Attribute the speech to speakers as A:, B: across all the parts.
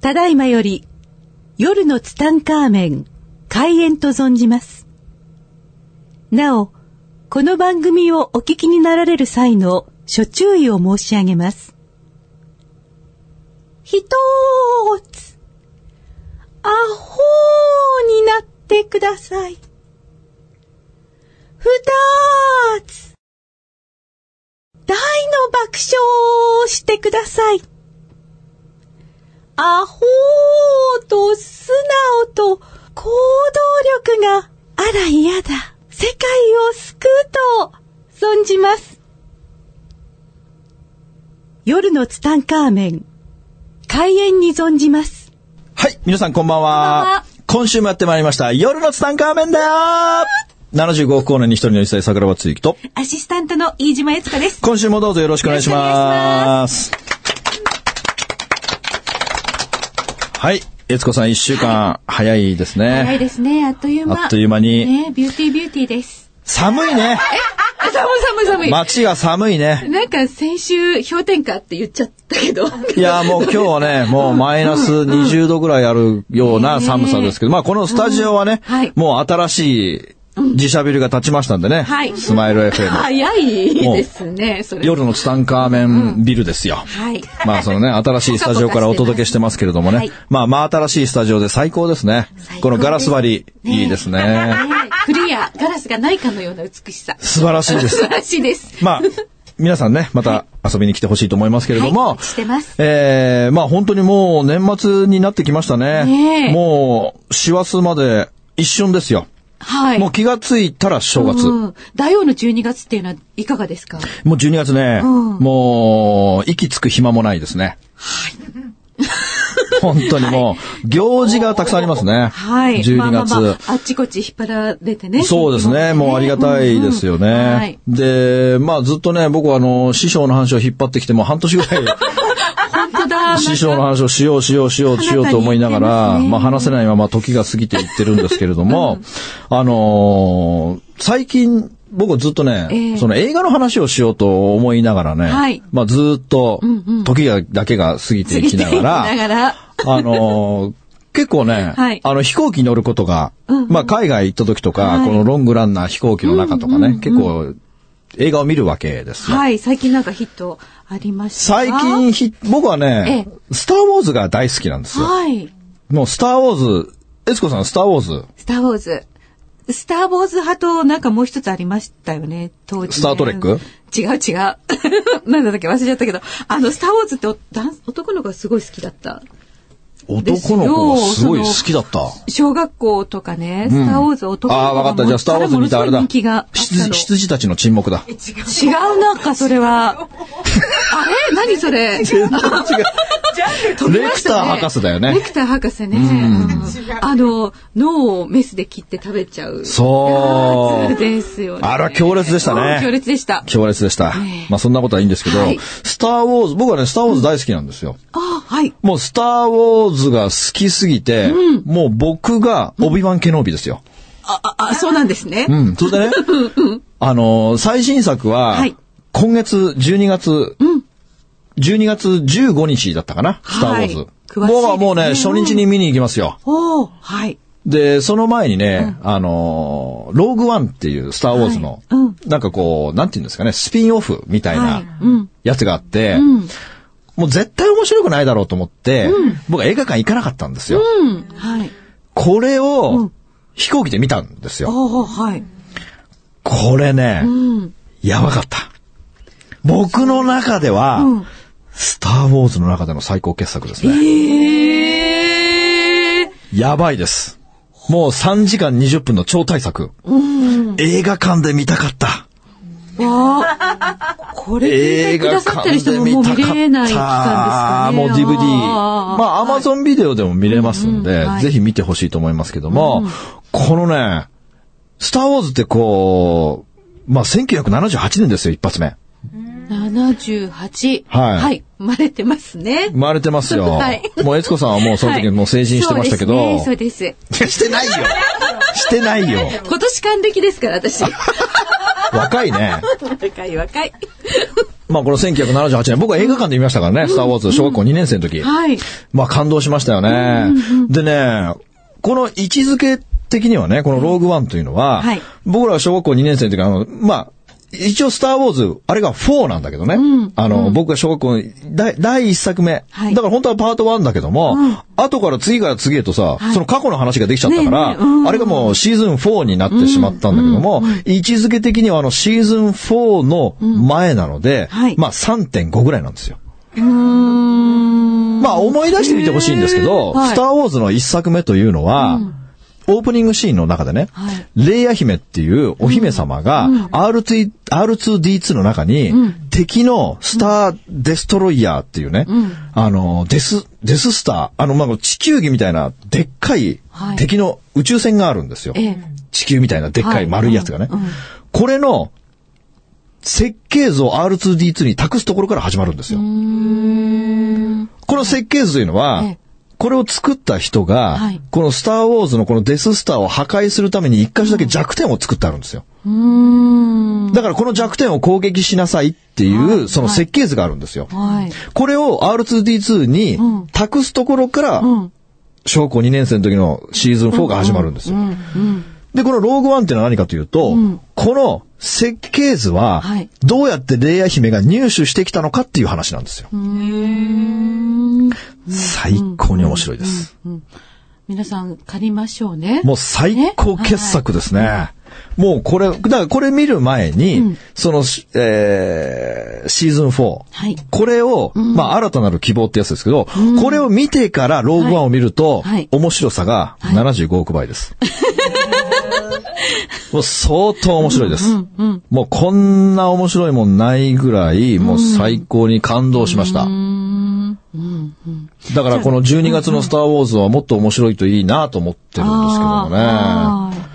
A: ただいまより、夜のツタンカーメン、開演と存じます。なお、この番組をお聞きになられる際の、諸注意を申し上げます。ひとーつ、アホーになってください。ふたーつ、大の爆笑をしてください。アホーと素直と行動力があら嫌だ。世界を救うと存じます。夜のツタンカーメン、開演に存じます。
B: はい、皆さんこんばん
A: こんばん
B: は
A: は。
B: 今週もやってまいりました。夜のツタンカーメンだよ75億光年に一人の一切桜庭つゆきと、
A: アシスタントの飯島悦子です。
B: 今週もどうぞよろしくお願いします。はい、悦子さん一週間早いですね。
C: 早いですね。あっという間。
B: あっという間に
C: ね、ビューティービューティーです。
B: 寒いね。
C: あ、寒い寒い寒い。
B: 街が寒いね。
C: なんか先週氷点下って言っちゃったけど。
B: いや、もう今日 はね、もうマイナス20度ぐらいあるような寒さですけど、まあこのスタジオはね
C: うんはい、
B: もう新しい自社ビルが建ちましたんでね
C: はい、
B: スマイル FM。
C: 早いですね、それ。
B: 夜のツタンカーメンビルですよ。
C: はい。
B: まあその ね、新しいスタジオからお届けしてますけれども
C: は
B: ね
C: い。
B: まあまあ新しいスタジオで最高ですね
C: 最。高
B: このガラス張り、いいですね。
C: ねクリア、ガラスがないかのような美しさ。
B: 素晴らしいで
C: 素
B: す
C: 晴。らしいです。
B: まあ、皆さんね、また遊びに来てほしいと思いますけれども、
C: はいしてます
B: ええまあ本当にもう年末になってきましたね。
C: ねえ
B: もう、師走まで一瞬ですよ。
C: はい。
B: もう気がついたら正月。
C: うん大王の12月っていうのはいかがですか
B: もう12月ね、
C: うん
B: もう、息つく暇もないですね。本当にもう、行事がたくさんありますね。
C: はい。まあ
B: 12
C: まあ
B: 月。
C: まあ、あっちこっち引っ張られてね。
B: そうですね。もうありがたいですよ
C: うんうんは
B: ね
C: い。。
B: で、まあずっとね、僕はあの、師匠の話を引っ張ってきてもう半年ぐらい
C: 本当だ。
B: 師匠の話をしようしようしようしようと思いながら、
C: あなたに言ってますね
B: まあ話せないまま時が過ぎていってるんですけれども、 あのー最近僕ずっとね、
C: ええ
B: その映画の話をしようと思いながらね、
C: はい
B: まあずっと
C: んうん
B: 時がだけが過ぎていきなが ら、
C: 過ぎていきながら
B: あのー結構ね、
C: はい
B: あの飛行機に乗ることが、
C: うんうん
B: まあ海外行った時とか、
C: はい
B: このロングランナー飛行機の中と
C: う
B: かね、
C: んうんうん
B: 結構映画を見るわけですよ。
C: はい、最近なんかヒットありました
B: 最近ひ、僕はね
C: え、
B: スター・ウォーズが大好きなんですよ。
C: はい。
B: もう、スター・ウォーズ、エツコさん、スター・ウォーズ、
C: スターウォーズ。スターウォーズ派となんかもう一つありましたよね、当時、ね。
B: スタートレック
C: 違う違う。 なんだっけ忘れちゃったけど。あの、スターウォーズってお男男の子がすごい好きだった。
B: 男の子がすごい好
C: です
B: きだった。
C: 小学校とかね、
B: う
C: ス
B: ん
C: ターウォーズ男の子
B: ああ、わかった。じゃあ、スター・ウォーズ見たあれだ。
C: 人気があった
B: 羊
C: の
B: 羊たちの沈黙だ。
C: 違うなんかそれ は。あれ何それ
B: 全然違う。レクター博士だよ
C: レ
B: ね。
C: クター博士ね。
B: ん
C: うんあの、脳をメスで切って食べちゃう。
B: そう
C: やつですよね。
B: あれは強烈でしたね
C: 強烈でした。
B: 強烈でした
C: ね。え
B: まあ、そんなことはいいんですけど
C: はい、
B: スター・ウォーズ、僕はね、スター・ウォーズ大好きなんですよ。
C: あはい。
B: もう、スター・ウォーズが好きすぎて、もう僕が、オビワン・ケノービですよ。
C: あ、あ、あそうなんですね。
B: うん。それでね、あのー最新作は、
C: はい
B: 今月12月、12月15日だったかな、スター・ウォーズ。
C: はい詳しいですね
B: 僕はもうね、初日に見に行きますよ。
C: おーはい。
B: で、その前にね、あのーローグワンっていうスター・ウォーズの、
C: はいうん
B: なんかこう、なんていうんですかね、スピンオフみたい
C: は。
B: ない
C: うん。
B: やつがあって、
C: うん。
B: もう絶対面白くないだろうと思って、僕は映画館行かなかったんですよ。
C: うん。はい。
B: これを、
C: うん
B: 飛行機で見たんですよ。
C: おーはい。
B: これね、
C: うん。
B: やばかった。僕の中では、
C: うん
B: スター・ウォーズの中での最高傑作ですね。
C: ええ
B: やばいです。もう3時間20分の超大作。
C: うん。
B: 映画館で見たかった。
C: わあ。これ聞いて
B: 映
C: くだ
B: 画
C: さって
B: 館
C: る人
B: で
C: も
B: 見
C: もう
B: たか
C: 見
B: った。
C: れない期間
B: もう
C: ですかね。
B: DVD。
C: あー
B: まあ、アマゾンビデオでも見れますん
C: うん
B: で、
C: うんはい
B: ぜひ見てほしいと思いますけども、このね、スター・ウォーズってこう、まあ、1978年ですよ、一発目。
C: 78。
B: はい
C: はい。生まれてますね。
B: 生まれてますよ。
C: はい
B: もう、悦子さんはもうその時
C: はい
B: もう成人してましたけど、
C: そうですね、そう
B: いやしてないよ。してない よ。
C: です。 今年還暦ですから、私。
B: 若いね。
C: 若い若い。
B: まあこの1978年、僕は映画館で見ましたからね、スター・ウォーズ、小学校2年生の時。
C: はい。
B: まあ感動しましたよね。でね、この位置づけ的にはね、このローグワンというのは、
C: はい
B: 僕らは小学校2年生の時あの、まあ、一応スターウォーズ、あれが4なんだけどね。あの、僕が小学校第、第1作目、
C: はい
B: だから本当はパート1だけども、後から次から次へとさ、
C: い
B: その過去の話ができちゃったから、
C: ねえねえうん
B: あれがもうシーズン4になってしまったんだけども、位置づけ的にはあのシーズン4の前なので、
C: はい
B: まあ3.5ぐらいなんですよ。
C: うーん。
B: まあ思い出してみてほしいんですけ
C: へ
B: ど、
C: ーはい
B: スター・ウォーズの一作目というのは、オープニングシーンの中でね、
C: はい
B: レイヤ姫っていうお姫様が、R2、R2D2 の中に、敵のスター・デストロイヤーっていうね、あの、デス、デススター、あの、まあ、地球儀みたいな、でっかい
C: はい
B: 敵の宇宙船があるんですよ。
C: ええ
B: 地球みたいなでっかい丸いやつがね。
C: はいうんうん
B: これの、設計図を R2D2 に託すところから始まるんですよ。
C: うーん。
B: この設計図というのは、
C: ええ
B: これを作った人が、
C: はい
B: このスター・ウォーズのこのデススターを破壊するために一箇所だけ弱点を作ってあるんですよ。
C: うーん。
B: だからこの弱点を攻撃しなさいっていう、その設計図があるんですよ。
C: はい。
B: これを R2D2 に
C: うん
B: 託すところから、
C: うん。
B: 小学校2年生の時のシーズン4が始まるんですよ。
C: うん。うん。
B: で、このローグワンっていうのは何かというと、
C: うん
B: この設計図は
C: はい、
B: どうやってレイヤ姫が入手してきたのかっていう話なんですよ。
C: うん
B: 最高に面白いです。
C: 皆さん借りましょうね。
B: もう最高傑作ですね。もうこれ、だからこれ見る前に、
C: うん
B: その、しえー、シーズン4。
C: はい
B: これを、まあ新たなる希望ってやつですけど、これを見てからローグワンを見ると、
C: はいはい
B: 面白さが
C: はい
B: 75億倍 です。もう相当面白いです、もうこんな面白いもんないぐらい、もう最高に感動しました。だからこの12月のスターウォーズはもっと面白いといいなと思ってるんですけどもね。
C: あー。あー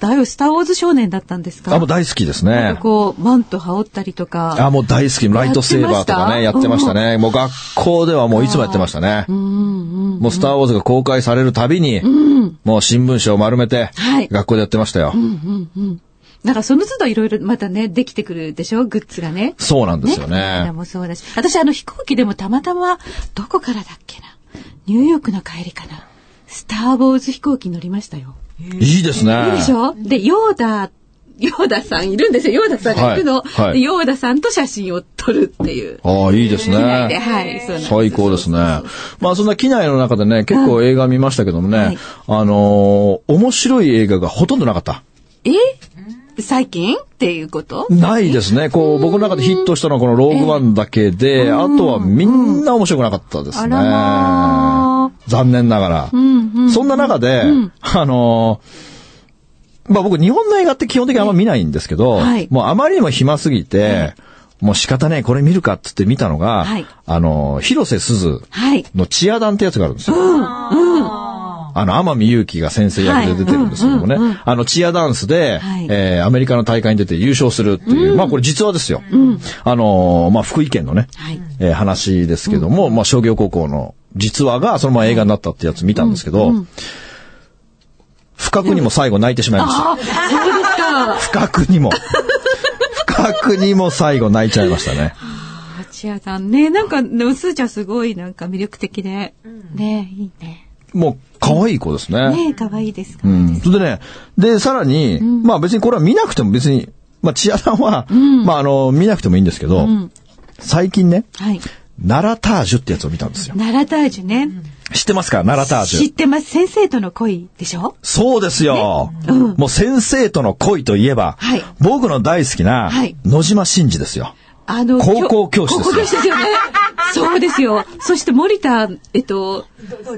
C: だいぶスターウォーズ少年だったんですか
B: あ、もう大好きです
C: なん
B: ね
C: か。こう、マント羽織ったりとか。
B: あ、もう大好き。ライトセーバーとかね、や
C: や
B: っ
C: ってて
B: ま
C: ま
B: し
C: したた
B: ね。もう学校ではもういつもやってましたね。
C: うんうん。
B: もうスターウォーズが公開されるたびに、もう新聞紙を丸めて
C: はい、
B: 学校でやってましたよ。
C: なんかその都度いろいろまたね、できてくるでしょグッズがね。
B: そうなんですよ
C: こちら
B: ね。
C: もそうだし。私あの飛行機でもたまたま、どこからだっけな。ニューヨークの帰りかな。スターウォーズ飛行機乗りましたよ。
B: いいですね。
C: いいでしょで、ヨーダ、ヨーダさんいるんですよ。ヨーダさんが行くの。
B: はいはい
C: で、ヨーダさんと写真を撮るっていう。
B: ああ、いいです
C: 機内で、
B: ね。
C: はい、そうなんです。
B: 最高ですね。まあそんな機内の中でね、結構映画見ましたけども
C: は
B: ね
C: い、
B: あのー、面白い映画がほとんどなかった。
C: え最近っていうこと
B: ないですね。こう、僕の中でヒットしたのはこのローグワンだけで、あとはみんな面白くなかったです
C: あ
B: ね
C: らま。
B: 残念ながら。そんな中で、あのー、まあ僕日本の映画って基本的にあんま見ないんですけど、
C: はい
B: もうあまりにも暇すぎて、もう仕方ねえ、これ見るかっつって見たのが、
C: はい
B: あのー、広瀬すず
C: はい。
B: のチア団ってやつがあるんですよ。あの、天海祐希が先生役で出てるんですけどもね。あの、チアダンスで、
C: はい
B: えーアメリカの大会に出て優勝するっていう、まあこれ実話ですよ。あのーまあ福井県のね、
C: はい。
B: えー話ですけども、まあ商業高校の実話がそのまま映画になったってやつ見たんですけど、不覚にも最後泣いてしまいました。
C: そうですか。
B: 不覚に も。不覚にも最後泣いちゃいましたね。
C: あちやさんね、なんか、でもすーちゃんすごいなんか魅力的で。ねいいね。
B: もう可愛い子です
C: ね可愛いですか
B: う
C: ら。
B: ん。それでね、で、さらに、まあ別にこれは見なくても別に、まあ千谷さんは、まああの、見なくてもいいんですけど、最近ね、
C: はい。
B: ナラタージュってやつを見たんですよ。
C: ナラタージュね。
B: 知ってますかナラタージ
C: 知っ
B: ュ。
C: てます。先生との恋でしょ
B: そうですよ、もう先生との恋といえば、
C: はい
B: 僕の大好きな
C: はい、
B: 野島真二ですよ。
C: あの、
B: 高校教師
C: 高
B: ですよ
C: 校教師ですよね。そうですよ。そして森田、えっと、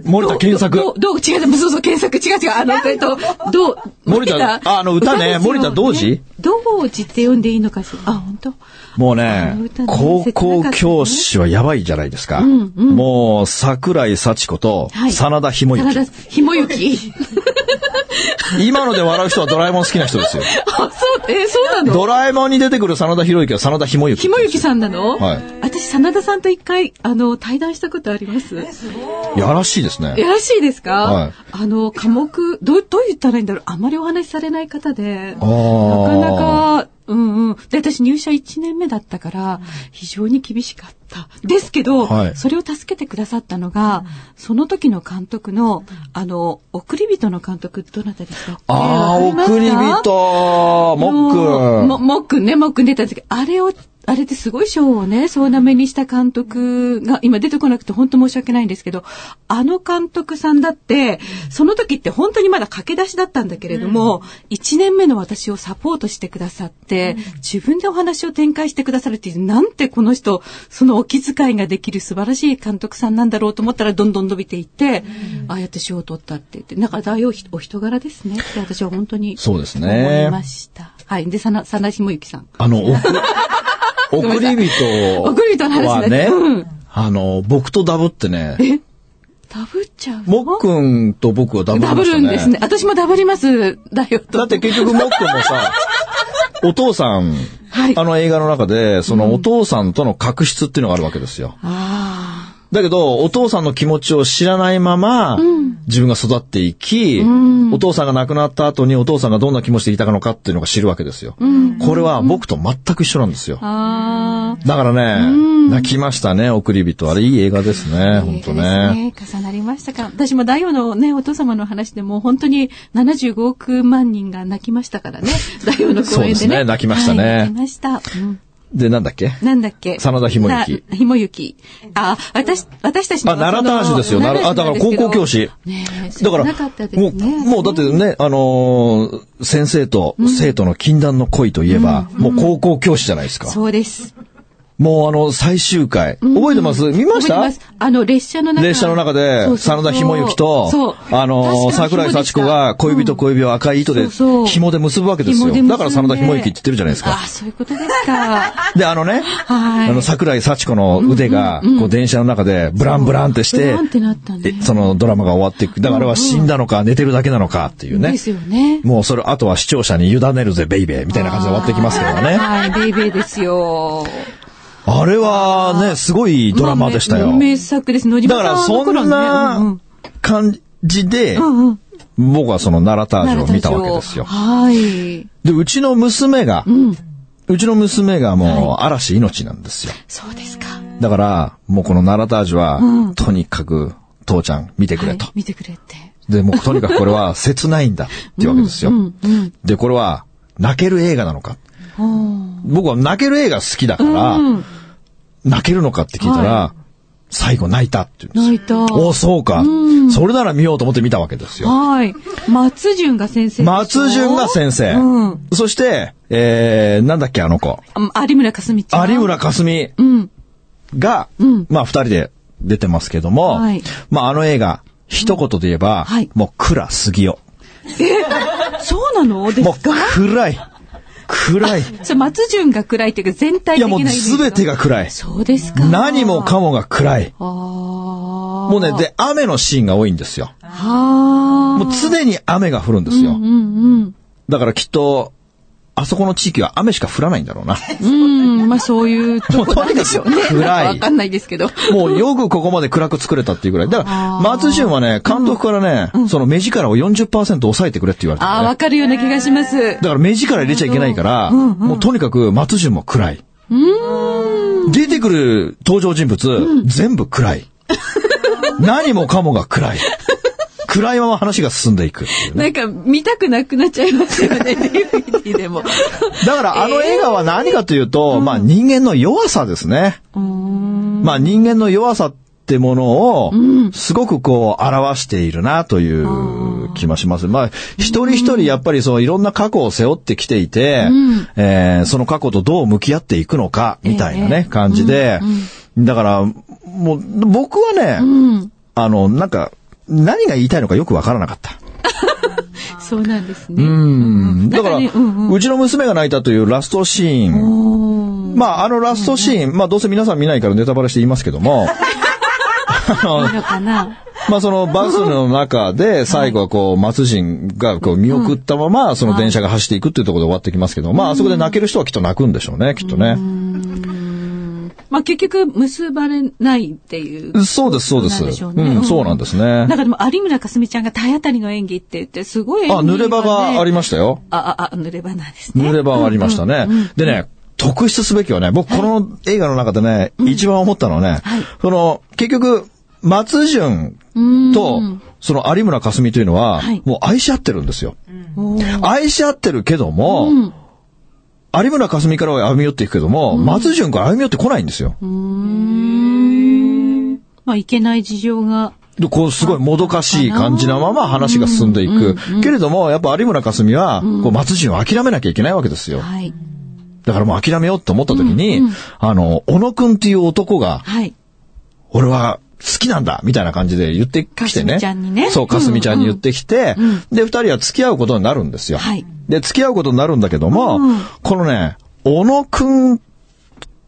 B: 森田健作。
C: どう、どう、違う、そうそう、検索、違う違う、あの、えっと、どう、
B: 森田ああの歌ね
C: ですよ
B: 森田童子
C: ね童子って呼んでいいのかしら。あ、本当。
B: もうね
C: あの歌、ね
B: 高校教師はやばいじゃないですか。もう、桜井幸子と、
C: はい
B: 真田ひもゆ
C: 真
B: き。
C: 田ひもゆ き。
B: 今ので笑う人はドラえもん好きな人ですよ。
C: あ、そう、えーそうなの
B: ドラえもんに出てくる真田広之は真田ひもゆき。
C: ひもゆきさんなの
B: はい
C: 私、真田さんと一回、あの、対談したことあります。
B: いやらしいです
C: い
B: ね。
C: やらしいですか、
B: はい
C: あの、科目、どう、どう言ったらいいんだろう。あまりお話しされない方で、な
B: あー
C: かなかうんうん。で、私入社1年目だったから、非常に厳しかった。ですけど、
B: はい
C: それを助けてくださったのが、その時の監督の、あの、送り人の監督、どなたでしたっけ
B: ああ、
C: わかりますか
B: 送り
C: も
B: 人もっくん
C: もっくんね、もっくん出たんですけど、あれを、あれってすごい賞をね、総なめにした監督が、今出てこなくて本当申し訳ないんですけど、あの監督さんだって、その時って本当にまだ駆け出しだったんだけれども、1年目の私をサポートしてくださって、自分でお話を展開してくださるっていう、なんてこの人、そのお気遣いができる素晴らしい監督さんなんだろうと思ったら、どんどん伸びていって、ああやって賞を取ったって言って、なんか大おお人柄ですねって私は本当に。
B: そうですね
C: 思いました。はい。で、さな、さなひもゆきさん。
B: あの、 送送り人
C: 送り人の話
B: は
C: になっ
B: ね
C: ちゃううん、
B: あの、僕とダブってね、
C: ダブっちゃうの
B: もっくんと僕はダブり
C: ダブ
B: ました
C: るんですね。私もダブります。だよと。
B: だって結局もっくんも さ、お父さん、
C: はい
B: あの映画の中で、そのお父さんとの確執っていうのがあるわけですよ。
C: ああ。
B: だけど、お父さんの気持ちを知らないまま、自分が育っていき、お父さんが亡くなった後にお父さんがどんな気持ちでいたのかっていうのが知るわけですよ。これは僕と全く一緒なんですよ。
C: あ
B: だからね、泣きましたね、送り人。あれいい映画ですね、
C: あ。
B: 本当
C: い
B: ね。
C: いですね。重なりましたか。私も大王のね、お父様の話でもう本当に75億万人が泣きましたから ね。大王の公演
B: そうです
C: でね。
B: ね泣きましたね
C: はい泣きました。うん
B: で、なんだっけ
C: なんだっけ
B: 真田ひもゆき
C: なひもゆき。あ、私、私たちの
B: あ、奈良田橋ですよ。
C: その
B: 奈良あ、だから高校教。師。
C: ねえ、
B: だから、
C: なかったで
B: も
C: す
B: う、
C: ね。
B: もうだってね、あのー先生と生徒の禁断の恋といえば、もう高校教師じゃないですか。
C: そうです。
B: もうあの、最終回。覚えてます見ま
C: 覚
B: した
C: えてますあの、列車の中
B: 列車の中で、
C: そうそうそう
B: 真田ひもゆきと、
C: そう
B: あの
C: 確
B: ー、
C: かに
B: 桜井幸子が恋人恋人を赤い糸で、
C: そうそう
B: 紐で結ぶわけです
C: 紐
B: よ。
C: で結んで
B: だから真田ひもゆきって言ってるじゃないです
C: あ
B: か。
C: あ、そういうことです か。
B: で、あのね、
C: はい。
B: あの、桜井幸子の腕が、こう、電車の中で、ブランブランってし
C: ブ
B: て
C: ラン、ってなったんで
B: え。そのドラマが終わっていく。だからあれは死んだのか、寝てるだけなのかっていうね
C: で。すよね。
B: もうそれ、あとは視聴者に委ねるぜ、ベイベー、みたいな感じで終わってきますけどね。
C: はい、ベイベーですよ。
B: あれはね、すごいドラマでしたよ
C: まあ。名名作です。野島
B: だから、
C: さんの
B: そ
C: 頃はね。
B: んな感じで、
C: うんうんうん
B: 僕はその奈良タージ
C: 奈良
B: ュを
C: 隊
B: 見た
C: 長
B: わけですよ。
C: はい。
B: で、うちの娘が、うちの娘がもう嵐命なんですよ。
C: そうですか。
B: だから、もうこの奈良タージュは、とにかく、父ちゃん見てくれと
C: はい。見てくれって。
B: で、もうとにかくこれは切ないんだっていうわけですよ。
C: うんうん。
B: で、これは泣ける映画なのか。
C: おー
B: 僕は泣ける映画好きだから、
C: うん
B: 泣けるのかって聞いたら、最後泣いたって言うん
C: 泣
B: で
C: いた。
B: すよ。お、そうか。それなら見ようと思って見たわけですよ。
C: はい。松潤が先生でしょ。
B: 松潤が先生。
C: うん
B: そして、えー、なんだっけ、あの子。
C: あ有村架純ちゃん。
B: 有。村架純
C: うん。
B: が、まあ、二人で出てますけども、
C: はい
B: まあ、あの映画、一言で言えば、
C: はい
B: もう暗すぎよ。
C: そうなので
B: もう
C: すか
B: 暗い。暗い。
C: それ松潤が暗いっていうか全体的
B: いや
C: な
B: もう
C: イメージ
B: 全てが暗い。
C: そうですか。
B: 何もかもが暗い。
C: ああ。
B: もうね、で、雨のシーンが多いんですよ。
C: はあ。
B: もう常に雨が降るんですよ
C: う。ん
B: だからきっと、あそこの地域は雨しか降らないんだろう な。
C: うん。うん。まあそういうとこなんでしょうね。
B: もうとにかく暗
C: なん
B: い
C: かわかんないですけど。
B: もうよくここまで暗く作れたっていうぐらい。だから、松潤はね、監督からね、その目力を40%抑えてくれって言われ
C: あ
B: た
C: あ、
B: の
C: わ
B: ね。
C: かるような気がします。
B: だから目力入れちゃいけないから、もうとにかく松潤も暗い。出てくる登場人物、全部 暗い。何もかもが暗い。暗いまま話が進んでいくっていうね。
C: なんか見たくなくなっちゃいますよ ね。DVD でも。
B: だからあの映画は何かというと、まあ人間の弱さですね。
C: うーん。
B: まあ人間の弱さってものを、すごくこう表しているなという気もします。まあ一人一人やっぱりそういろんな過去を背負ってきていて、えーその過去とどう向き合っていくのかみたいなね、感じで、だからもう僕はね、あのなんか何が言いたいのかよくわからなかった。
C: そうなんですね。
B: うんだから、
C: なんかねうん
B: うちの娘が泣いたというラストシーン、
C: おー
B: まあ、あのラストシーン、まあ、どうせ皆さん見ないからネタバレして言いますけ ど
C: い
B: も、
C: いのかな。
B: まあ、そのバスの中で、最後はこう、松陣がこう見送ったまま、その電車が走っていくっていうところで終わってきますけど、まあ、あそこで泣ける人はきっと泣くんでしょうね、きっとね。
C: まあ結局結ばれないっていう。
B: そうです、そうで。
C: なんですしょ
B: う
C: うね
B: ん、そうなんですね
C: なん。かでも有村架純ちゃんが体当たりの演技って言って、すごい演技、
B: あ、濡れ場がありましたよ。
C: あ、あ、あ、濡れ場なんですね。
B: 濡れ場はありましたね。でね、特筆すべきはね、僕この映画の中でね、一番思ったのはね、その、結局、松潤と、その有村架純というのは、
C: はい
B: もう愛し合ってるんですよ。
C: おー
B: 愛し合ってるけども、有村架純からは歩み寄っていくけども、松潤から歩み寄ってこないんですよ。
C: まあいけない事情が。
B: で、こう、すごいもどかしい感じなまま話が進んでいく。けれども、やっぱ有村架純は、こう、松潤を諦めなきゃいけないわけですよ。
C: はい。
B: だからもう諦めようって思った時に、あの、小野くんっていう男が、
C: はい。
B: 俺は好きなんだみたいな感じで言ってきてね。
C: かすみちゃんにね
B: そう、かすみちゃんに言ってきて、で、二人は付き合うことになるんですよ。
C: はい
B: で、付き合うことになるんだけども、
C: うん
B: このね、小野くんっ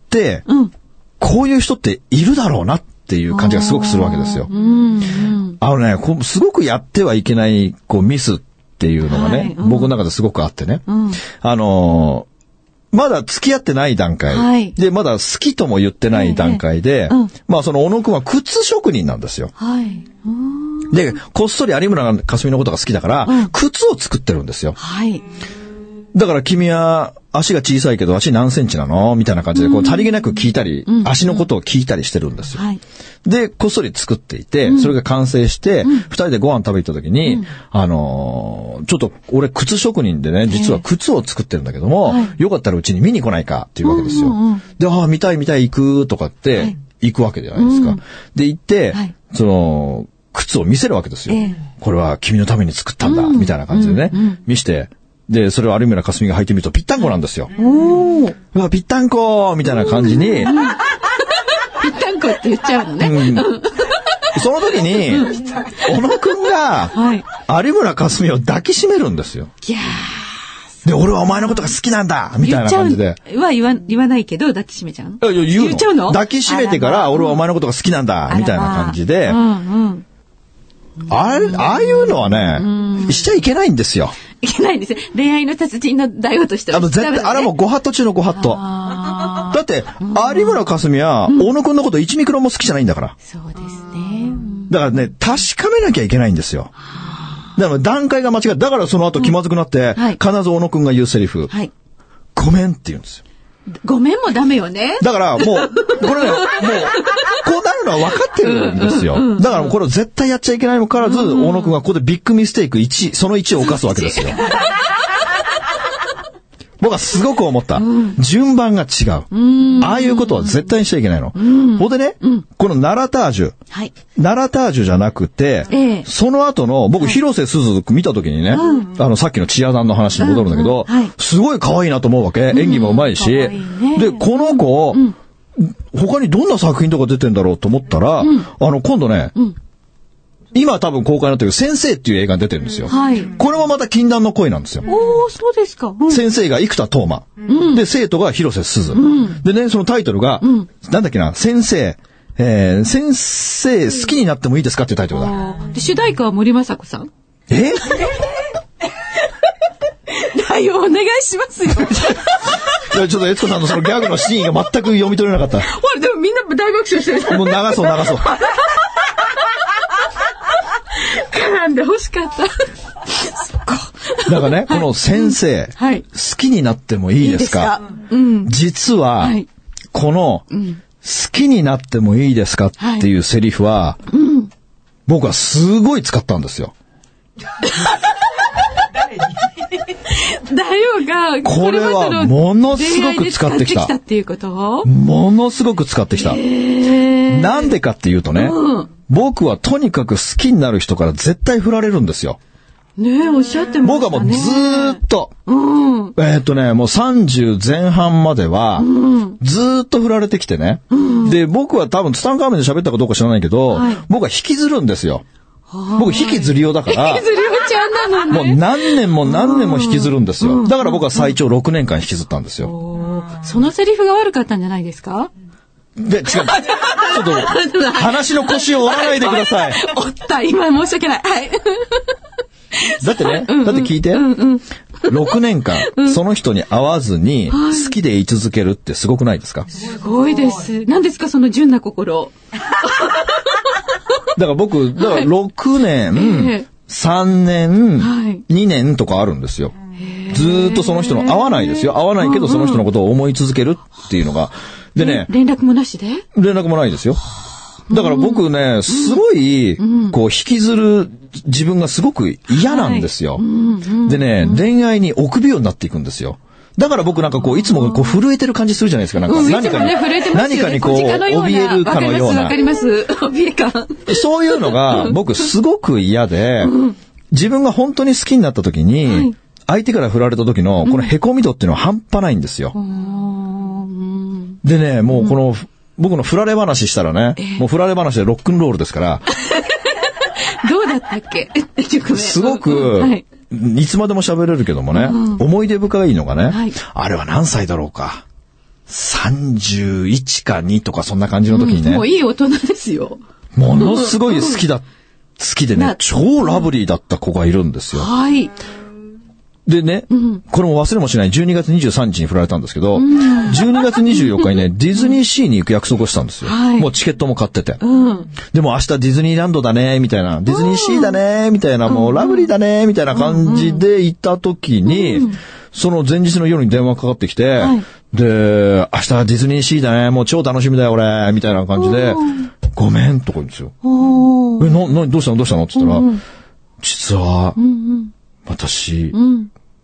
B: て、
C: うん。
B: こういう人っているだろうなっていう感じがすごくするわけですよ。
C: うん、うん。
B: あのね、こうすごくやってはいけない、こう、ミスっていうのがね、
C: はいうん
B: 僕の中ですごくあってね。
C: うん。
B: あのーまだ付き合ってない段階、
C: はい
B: で、まだ好きとも言ってない段階で、
C: ええうん
B: まあその小野くんは靴職人なんですよ。
C: はい。うん
B: で、こっそり有村架純のことが好きだから、
C: うん
B: 靴を作ってるんですよ。
C: はい。
B: だから君は足が小さいけど足何センチなのみたいな感じで、こう、さりげなく聞いたり、足のことを聞いたりしてるんですよ。
C: はい。
B: で、こっそり作っていて、それが完成して、二、人でご飯食べに行った時に、あのーちょっと俺靴職人でね、実は靴を作ってるんだけども、よかったらうちに見に来ないかっていうわけですよ。
C: うんうんうん
B: で、ああ、見たい見たい行くとかって、
C: はい
B: 行くわけじゃないですか。
C: うん
B: で、行って、
C: はい
B: その、靴を見せるわけですよ。
C: ええ
B: これは君のために作ったんだ、
C: うん
B: みたいな感じでね、
C: うんうん
B: 見して、で、それを有村架純が履いてみるとぴったんこなんですよ。
C: おー。
B: うわ、ぴったんこみたいな感 じに、
C: ぴったんこって言っちゃうのね。
B: うんその時に、小野くんが、
C: はい。
B: 有村架純を抱きしめるんですよ。
C: ギャー。
B: で、俺はお前のことが好きなんだみた
C: 言っ
B: いな
C: ちゃ
B: 感
C: う
B: じで。
C: は言わ言わないけど、抱きしめちゃう
B: いやいや言うの
C: っちゃうの
B: 抱きしめてか
C: あら
B: ら、
C: ま
B: 俺はお前のことが好きなんだみたいな感じで、
C: う
B: あ
C: んうん。
B: れ、ああいうのはね、しちゃいけないんですよ。
C: いけないんですよ。恋愛の達人の大王としては。
B: あの、絶対、あれはもうご法度中のご法度。
C: あ
B: だって、有村架純は、小野くんのこと1ミクロンも好きじゃないんだから
C: ー。そうですね。うん
B: だからね、確かめなきゃいけないんですよ。だから段階が間違い。だからその後気まずくなって、
C: はい
B: 必ず小野くんが言うセリフ、
C: はい。
B: ごめんって言うんですよ。
C: ごめんもダメよね。
B: だからもう、これね、もう、こうなるのは分かってるんですよ。だからこれを絶対やっちゃいけないにもかかわらず、小野くんがここでビッグミステイク1、その1を犯すわけですよ。僕はすごく思った。順番が違う。ああいうことは絶対にしちゃいけないの。ほんでね、このナラタージュ。
C: はい。
B: ナラタージュじゃなくて、
C: ええ
B: その後の、僕、広瀬すず見た時にね、あの、さっきのチア団の話に戻るんだけど、
C: うんうんはい
B: すごい可愛いなと思うわけ。演技もうまいし、
C: 可愛いね
B: で、この子、他にどんな作品とか出てんだろうと思ったら、あの、今度ね、今多分公開になってる先生っていう映画に出てるんですよ。
C: はい。
B: これもまた禁断の恋なんですよ。
C: おー、そうですか。うん
B: 先生が生田斗真。で、生徒が広瀬すず。でね、そのタイトルが、なんだっけな、先生、えー先生、好きになってもいいですかっていうタイトルだ。
C: あーで主題歌は森昌子さん。
B: え
C: 対応お願いしますよ。 ほ
B: いやちょっと悦子さんのそのギャグのシーンが全く読み取れなかっ
C: ら、でもみんな大爆笑してる。
B: た。もう流そう流そう。
C: 絡んで欲しかった。そっか。
B: だからね、この先生、
C: はい
B: 好きになってもいいですか
C: うん。
B: 実は、
C: はい
B: この、好きになってもいいですかっていうセリフは、僕はすごい使ったんですよ。
C: 大王が、
B: これは
C: までの
B: ものすごく使ってき
C: 恋愛で使ってき
B: た
C: たっていうこと
B: ものすごく使ってきた。
C: へー
B: なんでかっていうとね、
C: うん
B: 僕はとにかく好きになる人から絶対振られるんですよ。
C: ねえ、おっしゃってまし
B: 僕
C: た
B: は
C: ね。
B: もうずーっと、
C: うん。
B: えーっとね、もう30前半までは、 ずーっと振られてきてね。で、僕は多分ツタンカーメンで喋ったかどうか知らないけど、
C: はい
B: 僕は引きずるんですよ。僕引きずりようだから、
C: ずりおちゃんな
B: も
C: の
B: う
C: ね。
B: 何年も何年も引きずるんですよ。だから僕は最長6年間引きずったんですよ。
C: おーそのセリフが悪かったんじゃないです か
B: で、違う。ちょっ と、話の腰を折らないでください。
C: おった、今申し訳ない。はい。
B: だってね、だって聞いて、 6年間、その人に会わずに、好きでい続けるってすごくないですか
C: すごいです。何ですか、その純な心。
B: だから僕、だから6
C: え
B: 年
C: え、
B: 3年、
C: はい
B: 2年とかあるんですよ。ずーっとその人の、会わないですよ。会わないけどその人のことを思い続けるっていうのが。でね、
C: 連絡もなしで
B: 連絡もないですよ。だから僕ね、すごい、こう、引きずる自分がすごく嫌なんですよ。でね、恋愛に臆病になっていくんですよ。だから僕なんかこう、いつもこう震えてる感じするじゃないですか。なんか
C: うん、い
B: 何
C: つも
B: か
C: ね、震えて
B: に、
C: ますよね。
B: 何かにこう、
C: 小鹿のような
B: 怯えるかのよう
C: わ
B: な
C: か。ります、わかります。 怯え感。
B: そういうのが僕すごく嫌で、自分が本当に好きになった時に、相手から振られた時のこの凹み度っていうのは半端ないんですよ。
C: うん
B: でね、もうこの、僕の振られ話したらね、もう振られ話でロックンロールですから、
C: どうだったっけちょっとごめん
B: すご
C: うん
B: く
C: うんはい、
B: いつまでも喋れるけどもね、思い出深いのがね、
C: はい
B: あれは何歳だろうか。31か2とかそんな感じの時にね、
C: もういい大人ですよ。
B: ものすごい好きだ、好きでね
C: な、
B: 超ラブリーだった子がいるんですよ。
C: はい。
B: でね、これも忘れもしない12月23日に振られたんですけど、12月24日にね、ディズニーシーに行く約束をしたんですよ。
C: はい
B: もうチケットも買ってて。
C: うん。
B: でも明日ディズニーランドだね、みたいな、ディズニーシーだね、みたいな、もうラブリーだね、みたいな感じで行った時に、その前日の夜に電話かかってきて、
C: はい
B: で、明日ディズニーシーだね、もう超楽しみだよ俺、みたいな感じで、ごめんとか言うんですよ。
C: おー
B: え、な、な、どうしたのどうしたのって言ったら、実は、私、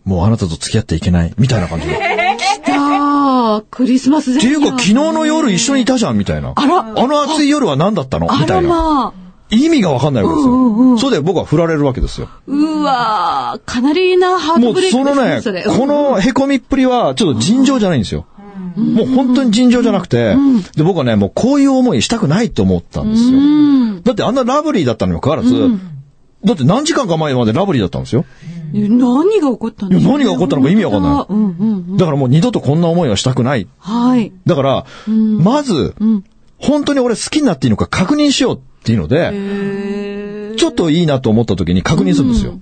B: もうあなたと付き合っていけない、みたいな感じで。っ
C: あー、クリスマス
B: て
C: 前
B: い
C: 夜
B: うか、昨日の夜一緒にいたじゃん、みたいな。
C: あら
B: あの暑い夜は何だったの
C: あ
B: みた
C: ら
B: いな。
C: まあ。
B: 意味がわかんないわけですよ。そうで僕は振られるわけですよ。
C: うわー、かなりなハー
B: も
C: ト
B: う
C: ブレイク
B: そ
C: で
B: の
C: すね、
B: ね
C: それ。、
B: この凹みっぷりは、ちょっと尋常じゃないんですよ。もう本当に尋常じゃなくて、で、僕はね、もうこういう思いしたくないと思ったんですよ。だってあんなラブリーだったにもかかわらず、だって何時間か前までラブリーだったんですよ。
C: 何が起こったんです。
B: いや何が起こったのか意味わかんない
C: うんうん。
B: だからもう二度とこんな思いはしたくない。
C: はい。
B: だから、まず、本当に俺好きになっていいのか確認しようっていうので、
C: へ
B: ちょっといいなと思った時に確認するんですよ。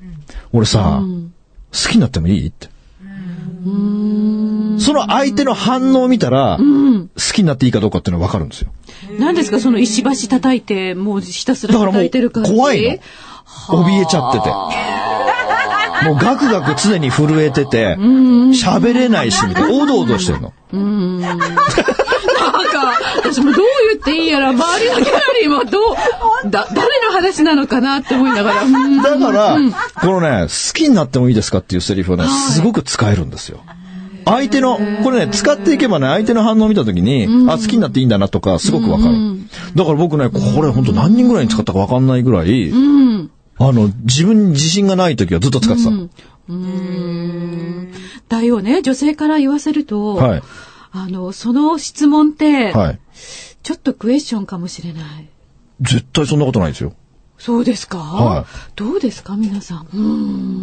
B: 俺さ、好きになってもいいって。その相手の反応を見たら、好きになっていいかどうかっていうのはわかるんですよ。
C: 何ですかその石橋叩いて、もうひたすら
B: だからも
C: 叩
B: う
C: いてる感じ。
B: 怖いの。怯えちゃってて。もうガクガク常に震えてて、喋れないし、みたいな。おどおどしてるの。
C: なんか、私もどう言っていいやら、周りのギャラリーもど う、だ、誰の話なのかなって思いながら、うん
B: だから、このね、好きになってもいいですかっていうセリフをね、すごく使えるんですよ。相手の、これね、使っていけばね、相手の反応を見たときに、あ、好きになっていいんだなとか、すごくわかる。だから僕ね、これ本当何人ぐらいに使ったかわかんないぐらい、あの、自分に自信がないときはずっと使ってた。
C: だよね、女性から言わせると、
B: はい
C: あの、その質問って、
B: はい。
C: ちょっとクエスチョンかもしれない。
B: 絶対そんなことないですよ。
C: そうですか、
B: はい
C: どうですか皆さん。う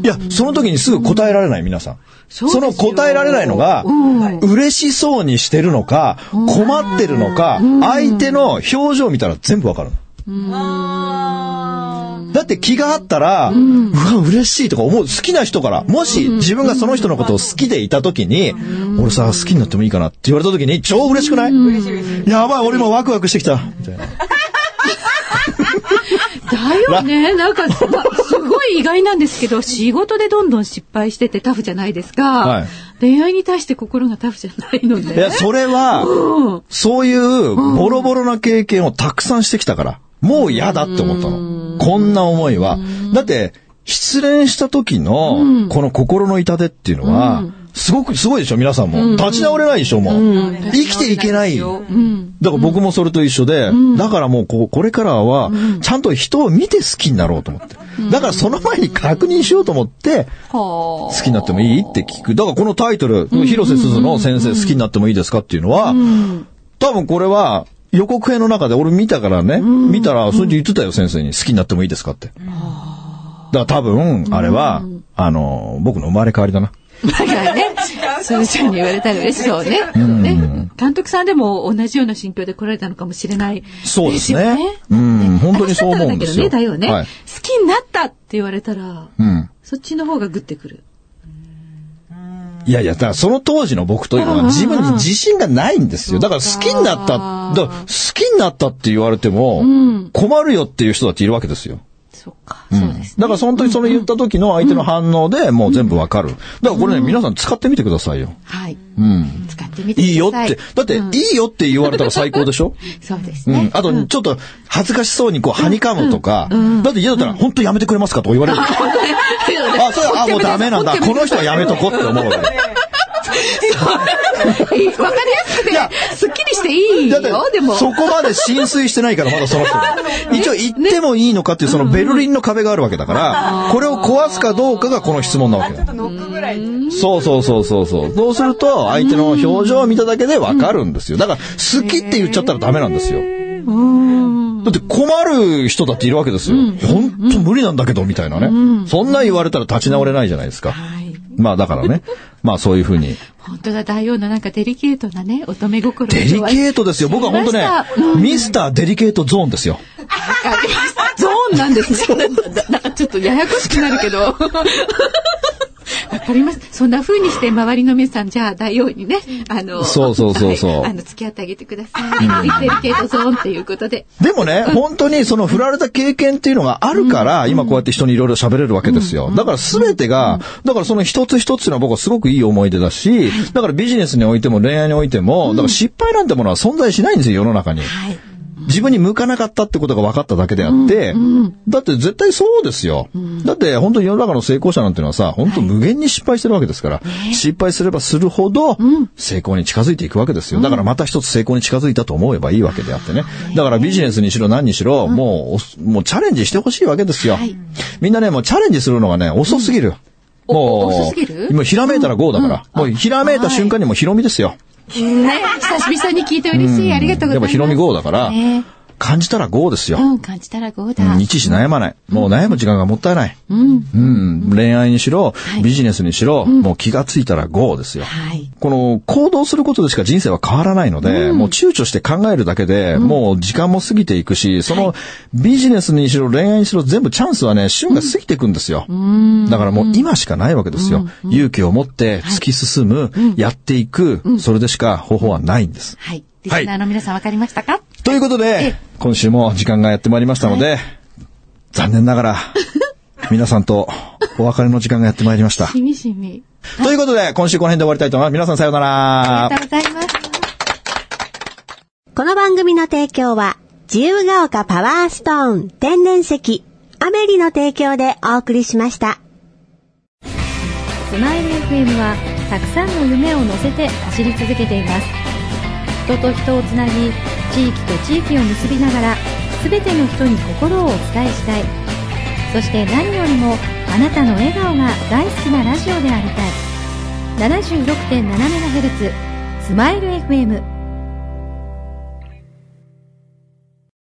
C: ん
B: いや、その時にすぐ答えられない、皆さん。
C: そう
B: そ
C: ですよ
B: の答えられないのが、
C: うん
B: 嬉しそうにしてるのか、困ってるのか、相手の表情を見たら全部わかるの。だって気があったら、うわ、嬉しいとか思う。好きな人から、もし自分がその人のことを好きでいた時に、俺さ、好きになってもいいかなって言われた時に、超嬉しくないやばい、俺もワクワクしてきた。みたいな。
C: だよね。なんか、ますごい意外なんですけど、仕事でどんどん失敗しててタフじゃないですか。
B: はい
C: 恋愛に対して心がタフじゃないの
B: いや、
C: で。
B: それは、そういうボロボロな経験をたくさんしてきたから、もう嫌だって思ったの。こんな思いは。だって、失恋した時の、この心の痛手っていうのは、すごく、すごいでしょ、皆さんも。立ち直れないでしょ、もう。生きていけない。
C: うん。
B: だから僕もそれと一緒で、だからもうこうこれからは、ちゃんと人を見て好きになろうと思って。だからその前に確認しようと思って、
C: は
B: 好きになってもいいって聞く。だからこのタイトル、広瀬すずの先生好きになってもいいですかっていうのは、多分これは予告編の中で俺見たからね、見たら、それで言ってたよ先生に好きになってもいいですかって。だから多分、あれは、あの、僕の生まれ変わりだな。
C: あ。だからね、そういうふうに言われたら嬉しそうね。そうね。監督さんでも同じような心境で来られたのかもしれない。
B: そうです
C: よ
B: ね。うん、本当にそう思うんですよ。
C: 私だったらだけどね、だよね。
B: はい
C: 好きになったって言われたら、
B: うん。
C: そっちの方がグッてくる。
B: いやいや、だからその当時の僕というのは自分に自信がないんですよ。だから好きになった、だから好きになったって言われても、困るよっていう人だっているわけですよ。
C: そうか。
B: うんだからその時その言った時の相手の反応でもう全部わかる。だからこれね、皆さん使ってみてくださいよ。
D: はい。
B: うん。
D: 使ってみてください。
B: いいよって。だって、いいよって言われたら最高でしょ
D: そうです
B: う
D: ね
B: ん。。あと、ちょっと、恥ずかしそうに、こう、はにかむとか、だって嫌だったら、本当やめてくれますかとか言われる。 あ、それは、あ、もうダメなんだ。この人はやめとこって思うわけ。
D: いいわかりやすくて
B: いや、
D: すっきりしていい
B: だ
D: よ
B: って、
D: でも。
B: そこまで浸水してないから、まだその人 が。一応行ってもいいのかっていう、そのベルリンの壁があるわけだから、これを壊すかどうかがこの質問なわけだ。
E: ノックぐらいで。
B: そうそうそうそうそう。そうすると、相手の表情を見ただけでわかるんですよ。だから、好きって言っちゃったらダメなんですよ。だって困る人だっているわけですよ。ほんと無理なんだけど、みたいなね。そんな言われたら立ち直れないじゃないですか。まあだから ね。まあそういうふうに。
D: 本当だ、大王のなんかデリケートなね、乙女心を
B: デリケートですよ。僕は本当ね
D: 知り、
B: ミスターデリケートゾーンですよ。
C: ゾーンなん ですね。なんかちょっとややこしくなるけど。
D: わかります。そんな風にして、周りの皆さん、じゃあ、大王にね、あの、
B: そうそうそうそう
D: はいあの、付き合ってあげてください。デリケートゾーンっていうことで。
B: でもね、本当にその振られた経験っていうのがあるから、今こうやって人にいろいろ喋れるわけですよ。だから全てが、だからその一つ一つっていうのは僕はすごくいい思い出だし、だからビジネスにおいても恋愛においても、だから失敗なんてものは存在しないんですよ、世の中に。
D: はい。
B: 自分に向かなかったってことが分かっただけであって、だって絶対そうですよ。だって本当に世の中の成功者なんてのはさ、本当無限に失敗してるわけですから、失敗すればするほど成功に近づいていくわけですよ。だからまた一つ成功に近づいたと思えばいいわけであってね。だからビジネスにしろ何にしろ、もうお、もうチャレンジしてほしいわけですよ
D: はい。
B: みんなね、もうチャレンジするのがね、遅すぎる。もう、
D: 遅すぎる
B: もうひらめいたら GO だから。もうひらめいた瞬間にもうひろみですよ。
D: ね、久々に聞いて嬉しい。ありがとうござ
B: や
D: いま
B: っぱ
D: す。
B: ひろみ GO だから
D: ね、
B: 感じたら GO ですよ。
D: うん、感じたら5
B: う
D: だ
B: ん、。一時悩まない。もう悩む時間がもったいない。
D: うん。
B: うん、恋愛にしろ、ビジネスにしろ、もう気がついたら GO ですよ。
D: はい。
B: この行動することでしか人生は変わらないので、もう躊躇して考えるだけで、もう時間も過ぎていくし、そのビジネスにしろ恋愛にしろ全部チャンスはね、旬が過ぎていくんですよ。だからもう今しかないわけですよ。勇気を持って突き進む、やっていく、それでしか方法はないんです。
D: はい。リスナーの皆さんわかりましたか
B: ということで、今週も時間がやってまいりましたので、残念なが ら、皆さんとお別れの時間がやってまいりました。
D: しみしみ。
B: ということで、今週この辺で終わりたいと思います。皆さんさような
D: あ
B: ら
D: り。がとうございます。
F: この番組の提供は、自由が丘パワーストーン天然石、アメリの提供でお送りしました。
G: スマイル FM はたくさんの夢を乗せて走り続けています人と人をつなぎ地域と地域を結びながら全ての人に心をお伝えしたいそして何よりもあなたの笑顔が大好きなラジオでありたい 76.7MHz スマイル FM